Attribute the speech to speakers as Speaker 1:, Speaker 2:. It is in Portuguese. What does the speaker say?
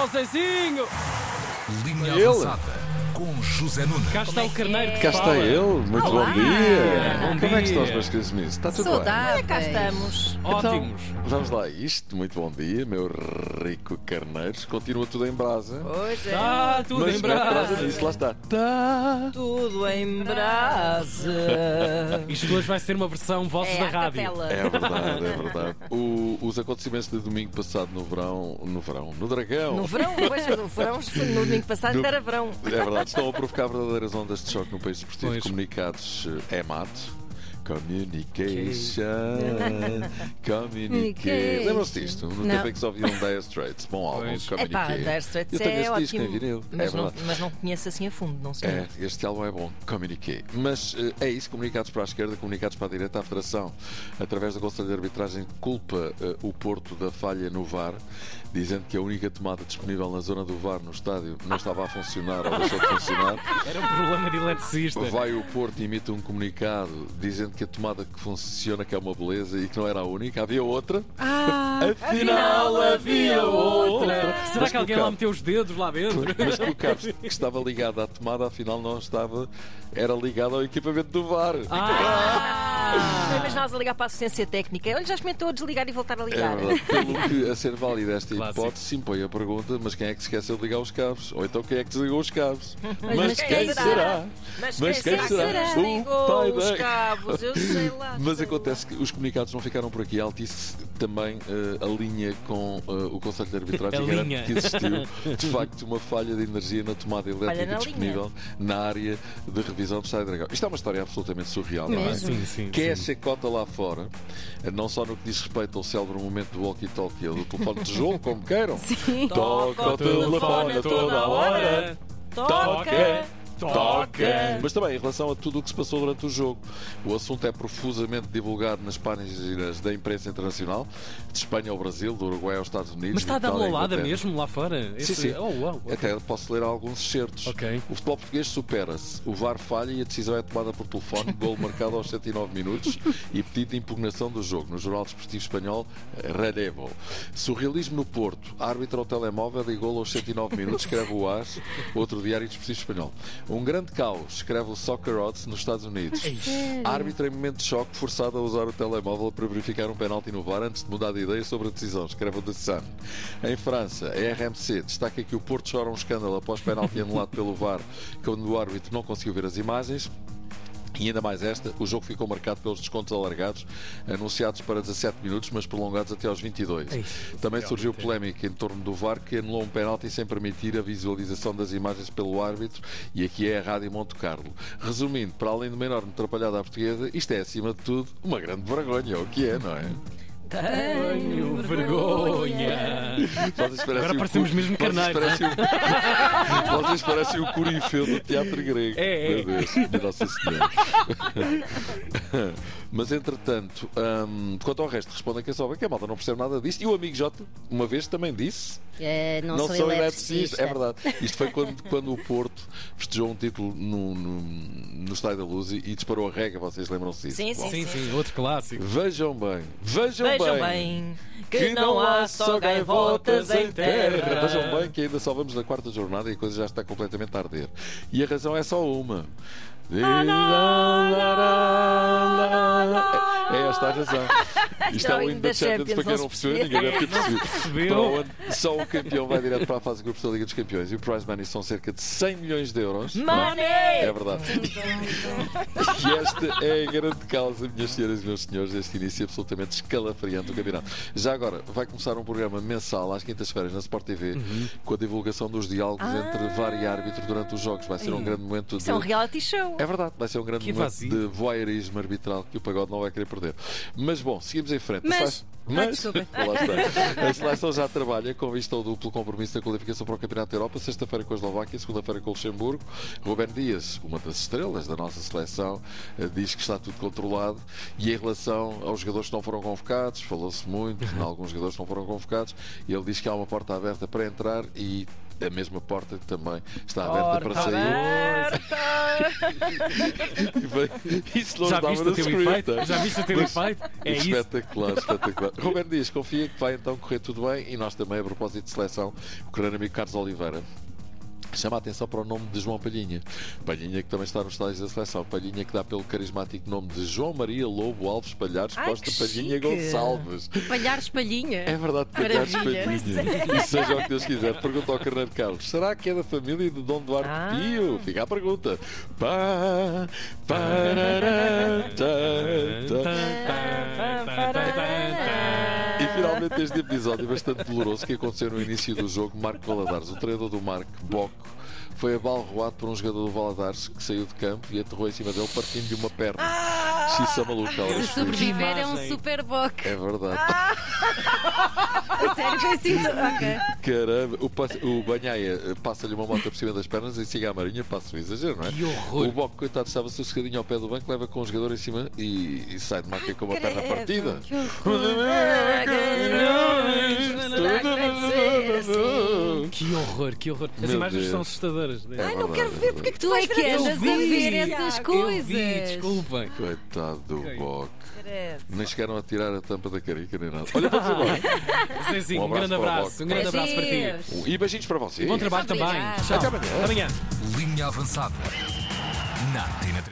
Speaker 1: Ó Zezinho!
Speaker 2: Linha
Speaker 3: Ele.
Speaker 2: avançada com José Nunes.
Speaker 1: Cá está o carneiro que
Speaker 3: Cá está
Speaker 1: fala.
Speaker 3: ele, muito
Speaker 4: Olá.
Speaker 3: bom dia.
Speaker 1: Bom
Speaker 3: Como é que
Speaker 1: dia.
Speaker 3: estão os meus queridos amigos? Está tudo
Speaker 4: Saudáveis.
Speaker 5: Cá estamos.
Speaker 1: Ótimos.
Speaker 3: bem? Vamos lá, a isto, muito bom dia, meu rico carneiros. Continua tudo em brasa.
Speaker 5: Pois é.
Speaker 1: Está tudo
Speaker 3: Mas
Speaker 1: em
Speaker 3: não é por causa
Speaker 1: brasa.
Speaker 3: disso, lá está. Tá.
Speaker 5: Tudo em brasa.
Speaker 1: Isto hoje vai ser uma versão vozes
Speaker 4: É,
Speaker 1: da
Speaker 4: a
Speaker 1: rádio.
Speaker 4: capela.
Speaker 3: É verdade, é verdade. O- os acontecimentos de domingo passado no verão, no verão, no dragão.
Speaker 4: No verão, veja, no verão, no domingo passado
Speaker 3: No-
Speaker 4: ainda era verão.
Speaker 3: É verdade, estão a provocar verdadeiras ondas de choque no país desportivo.
Speaker 1: Pois.
Speaker 3: Comunicados eh, é mato. Communication. Communication.
Speaker 4: Communication.
Speaker 3: Lembram-se disto? No
Speaker 4: Não.
Speaker 3: tempo em que só viam Dire Straits. Bom álbum,
Speaker 1: Pois.
Speaker 4: É pá,
Speaker 3: Communication.
Speaker 4: Dire Straits
Speaker 3: Eu tenho
Speaker 4: é
Speaker 3: esse disco
Speaker 4: ótimo.
Speaker 3: em vinil. É
Speaker 4: Mas, não,
Speaker 3: verdade.
Speaker 4: mas não conheço assim a fundo, não sei.
Speaker 3: É, este álbum é bom, comuniquei. Mas eh, é isso, comunicados para a esquerda, comunicados para a direita, à Federação, através do Conselho de Arbitragem, culpa eh, o Porto da falha no VAR, dizendo que a única tomada disponível na zona do VAR no estádio não estava a funcionar ou deixou de funcionar.
Speaker 1: Era um problema de eletricista.
Speaker 3: Vai o Porto e emite um comunicado dizendo que a tomada que funciona que é uma beleza e que não era a única, havia outra.
Speaker 4: Ah,
Speaker 3: Afinal,
Speaker 4: havia outra.
Speaker 1: Será
Speaker 3: Mas
Speaker 1: que alguém
Speaker 3: colocar-
Speaker 1: lá meteu os dedos lá dentro?
Speaker 3: Mas que o cabo que estava ligado à tomada, afinal não estava, era ligado ao equipamento do VAR.
Speaker 4: Ah!
Speaker 5: Mas
Speaker 4: Mas nós a ligar para a assistência técnica. Olha, já experimentou desligar e voltar a
Speaker 3: É
Speaker 4: ligar.
Speaker 3: verdade. Pelo que a ser válida esta
Speaker 1: Clássico.
Speaker 3: hipótese, se impõe a pergunta: mas quem é que se esqueceu de ligar os cabos? Ou então quem é que desligou os cabos? Mas,
Speaker 4: quem será?
Speaker 5: Mas,
Speaker 3: Mas quem será?
Speaker 5: será?
Speaker 3: O
Speaker 5: Ligou
Speaker 3: pai
Speaker 5: os
Speaker 3: da-
Speaker 5: cabos, eu sei lá.
Speaker 3: Mas
Speaker 5: sei
Speaker 3: acontece que os comunicados não ficaram por aqui. A Altice também eh, alinha com eh, o Conselho de Arbitragem e
Speaker 1: Alinha.
Speaker 3: garante que existiu, de facto, uma falha de energia na tomada elétrica
Speaker 5: na linha.
Speaker 3: disponível na área de revisão do Estádio Dragão. Isto é uma história absolutamente surreal, não é?
Speaker 4: Mesmo.
Speaker 1: Sim, sim.
Speaker 3: Que é a
Speaker 1: sim.
Speaker 3: chacota lá fora, eh, não só no que diz respeito ao célebre momento do walkie-talkie ou do telefone de tijolo, como queiram.
Speaker 4: Sim.
Speaker 3: Toca o telefone toda a hora.
Speaker 5: lá.
Speaker 3: Toca.
Speaker 5: Toca.
Speaker 3: Toca! Mas também em relação a tudo o que se passou durante o jogo. O assunto é profusamente divulgado nas páginas da imprensa internacional, de Espanha ao Brasil, do Uruguai aos Estados Unidos.
Speaker 1: Mas está a
Speaker 3: de
Speaker 1: dar
Speaker 3: Itália à
Speaker 1: bolada
Speaker 3: Inglaterra.
Speaker 1: mesmo lá fora?
Speaker 3: Sim, sim.
Speaker 1: Oh, uau.
Speaker 3: Até posso ler alguns excertos.
Speaker 1: Ok.
Speaker 3: O futebol português supera-se. O VAR falha e a decisão é tomada por telefone. Gol marcado aos 109 minutos e pedido de impugnação do jogo. No Jornal Desportivo Espanhol, Rarevo. Surrealismo no Porto. Árbitro ao telemóvel e gol aos 109 minutos. Escreve o AS. Outro diário desportivo espanhol. Um grande caos. Escreve o Soccer Odds nos Estados Unidos. Árbitro em momento de choque, forçado a usar o telemóvel para verificar um penalti no VAR antes de mudar de ideia sobre a decisão, escreve o The Sun. Em França, a RMC destaca que o Porto chora um escândalo após penalti anulado pelo VAR, quando o árbitro não conseguiu ver as imagens. E ainda mais esta, o jogo ficou marcado pelos descontos alargados, anunciados para 17 minutos, mas prolongados até aos 22. Também surgiu polémica em torno do VAR, que anulou um penalti sem permitir a visualização das imagens pelo árbitro, e aqui é a Rádio Monte Carlo. Resumindo, para além de uma enorme atrapalhada à portuguesa, isto é, acima de tudo, uma grande vergonha, é o que é, não é?
Speaker 1: Tenho vergonha.
Speaker 3: Vocês parecem
Speaker 1: Agora
Speaker 3: o
Speaker 1: parecemos
Speaker 3: cu-
Speaker 1: mesmo é?
Speaker 3: vocês
Speaker 1: carneiros,
Speaker 3: parecem o- Vocês parecem o Corifeu do teatro grego.
Speaker 1: É, é.
Speaker 3: Meu Deus, minha Nossa Senhora. Mas entretanto, hum, quanto ao resto, responda quem souber que a malta não percebe nada disto. E o amigo J, uma vez, também disse
Speaker 6: Eh, não, sou, eletricista.
Speaker 3: É verdade. Isto foi quando, quando o Porto festejou um título no, no, no Estádio da Luz e, e disparou a rega, vocês lembram-se disso?
Speaker 5: Sim,
Speaker 3: Bom,
Speaker 1: Sim, sim, outro clássico.
Speaker 3: Vejam bem, vejam,
Speaker 5: Vejam
Speaker 3: bem.
Speaker 5: bem que não há só gaivotas em terra.
Speaker 3: Vejam bem que um ainda só vamos na quarta jornada e a coisa já está completamente a arder. E a razão é só uma. É esta a razão. Isto é
Speaker 5: Então,
Speaker 4: Não,
Speaker 3: o hino da Champions, para quem não
Speaker 4: não se
Speaker 3: percebeu, ninguém deve ter percebido. Para
Speaker 1: Percebeu?
Speaker 3: onde só o campeão vai direto para a fase de grupos da Liga dos Campeões. E o prize money são cerca de 100 milhões de euros. É
Speaker 5: Money!
Speaker 3: verdade. E esta é a grande causa, minhas senhoras e meus senhores, deste início absolutamente escalafriante do campeonato. Já agora, vai começar um programa mensal às quintas-feiras na Sport TV
Speaker 5: Uhum.
Speaker 3: com a divulgação dos diálogos entre VAR e árbitro durante os jogos. Vai ser um grande momento
Speaker 5: Ah.
Speaker 3: de.
Speaker 5: Isso é um reality show.
Speaker 3: É verdade, vai ser um grande
Speaker 1: Que
Speaker 3: momento
Speaker 1: vazio.
Speaker 3: de voyeurismo arbitral que o pagode não vai querer perder. Mas bom, seguimos em frente.
Speaker 6: Mas-
Speaker 3: Faz-
Speaker 6: Ai, desculpa.
Speaker 3: Lá está. A seleção já trabalha com vista ao duplo compromisso da qualificação para o Campeonato da Europa, sexta-feira com a Eslováquia, segunda-feira com o Luxemburgo. Ruben Dias, uma das estrelas da nossa seleção, eh, diz que está tudo controlado. E em relação aos jogadores que não foram convocados, falou-se muito, em alguns jogadores que não foram convocados, e ele diz que há uma porta aberta para entrar e a mesma porta também está aberta para sair. E bem, Isso não
Speaker 1: Já
Speaker 3: estava
Speaker 1: viste o
Speaker 3: no
Speaker 1: teu
Speaker 3: script,
Speaker 1: efeito?
Speaker 3: é?
Speaker 1: Já viste o teu
Speaker 3: Mas-
Speaker 1: efeito? É isso.
Speaker 3: espetacular, espetacular. Ruben diz, confia que vai então correr tudo bem e nós também, a propósito de seleção, o grande amigo Carlos Oliveira chama a atenção para o nome de João Palhinha. Palhinha que também está nos estádios da seleção. Palhinha que dá pelo carismático nome de João Maria Lobo Alves Palhares
Speaker 4: Ai,
Speaker 3: Costa
Speaker 4: que
Speaker 3: Palhinha
Speaker 4: chique.
Speaker 3: Gonçalves.
Speaker 5: Palhar espalhinha.
Speaker 3: É verdade, Palhares
Speaker 5: Maravilha.
Speaker 3: Palhinha. E seja o que Deus quiser. Pergunta ao Carneiro Carlos. Será que é da família do Dom Duarte
Speaker 4: Ah.
Speaker 3: Pio? Fica a pergunta. Pá, parará, tá, tá. E finalmente este episódio bastante doloroso que aconteceu no início do jogo, Marco Valadares, o treinador do Marco, Boco, foi abalroado por um jogador do Valadares que saiu de campo e aterrou em cima dele partindo de uma perna. Xissa maluca.
Speaker 6: Se
Speaker 3: Alex Cruz.
Speaker 6: sobreviver é um
Speaker 1: Imagem.
Speaker 6: super bock.
Speaker 3: É verdade.
Speaker 6: Sério, foi assim.
Speaker 3: Caramba, o, pass- o Banhaia eh, passa-lhe uma moto por cima das pernas e siga a marinha, passa o exagero, não é?
Speaker 1: Que horror.
Speaker 3: O Boco, coitado, estava sossegadinho ao pé do banco, leva com o jogador em cima e, e sai de maca com uma perna
Speaker 4: credo.
Speaker 3: partida.
Speaker 1: Que horror, que horror. As
Speaker 3: Meu
Speaker 1: imagens
Speaker 3: Deus.
Speaker 1: são assustadoras.
Speaker 3: É
Speaker 1: Ai,
Speaker 4: assim. Não
Speaker 3: verdade,
Speaker 4: quero
Speaker 3: é
Speaker 4: ver
Speaker 3: verdade.
Speaker 4: porque é que
Speaker 6: Tu
Speaker 4: tu
Speaker 6: é
Speaker 4: vais
Speaker 6: que
Speaker 4: ver
Speaker 1: Eu
Speaker 6: andas a
Speaker 1: vi,
Speaker 6: ver essas
Speaker 1: Eu
Speaker 6: coisas.
Speaker 1: vi, desculpem.
Speaker 3: Coitado do
Speaker 1: Ok.
Speaker 3: Boco.
Speaker 4: Credo.
Speaker 3: Nem chegaram a tirar a tampa da carica nem nada. Olha, vamos embora.
Speaker 1: Zezinho,
Speaker 3: Um
Speaker 1: um,
Speaker 3: abraço
Speaker 1: grande
Speaker 3: para o
Speaker 1: abraço.
Speaker 3: Boca.
Speaker 1: Um grande abraço para ti.
Speaker 6: Adeus.
Speaker 3: E beijinhos para vocês.
Speaker 1: Bom trabalho também.
Speaker 6: Obrigada.
Speaker 1: Tchau. Até amanhã.
Speaker 2: Linha avançada. Na Tina 3.